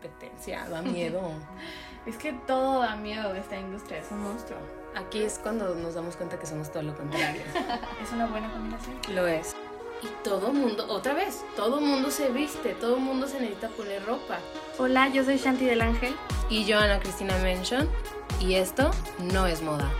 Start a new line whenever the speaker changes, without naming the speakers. competencia, da miedo.
Es que todo da miedo de esta industria, es un monstruo.
Aquí es cuando nos damos cuenta que somos todo lo contrario.
Es una buena combinación.
Lo es. Y todo mundo, otra vez, todo mundo se viste, todo mundo se necesita poner ropa.
Hola, yo soy Shanti del Ángel.
Y yo, Ana Cristina Mention, y esto no es moda.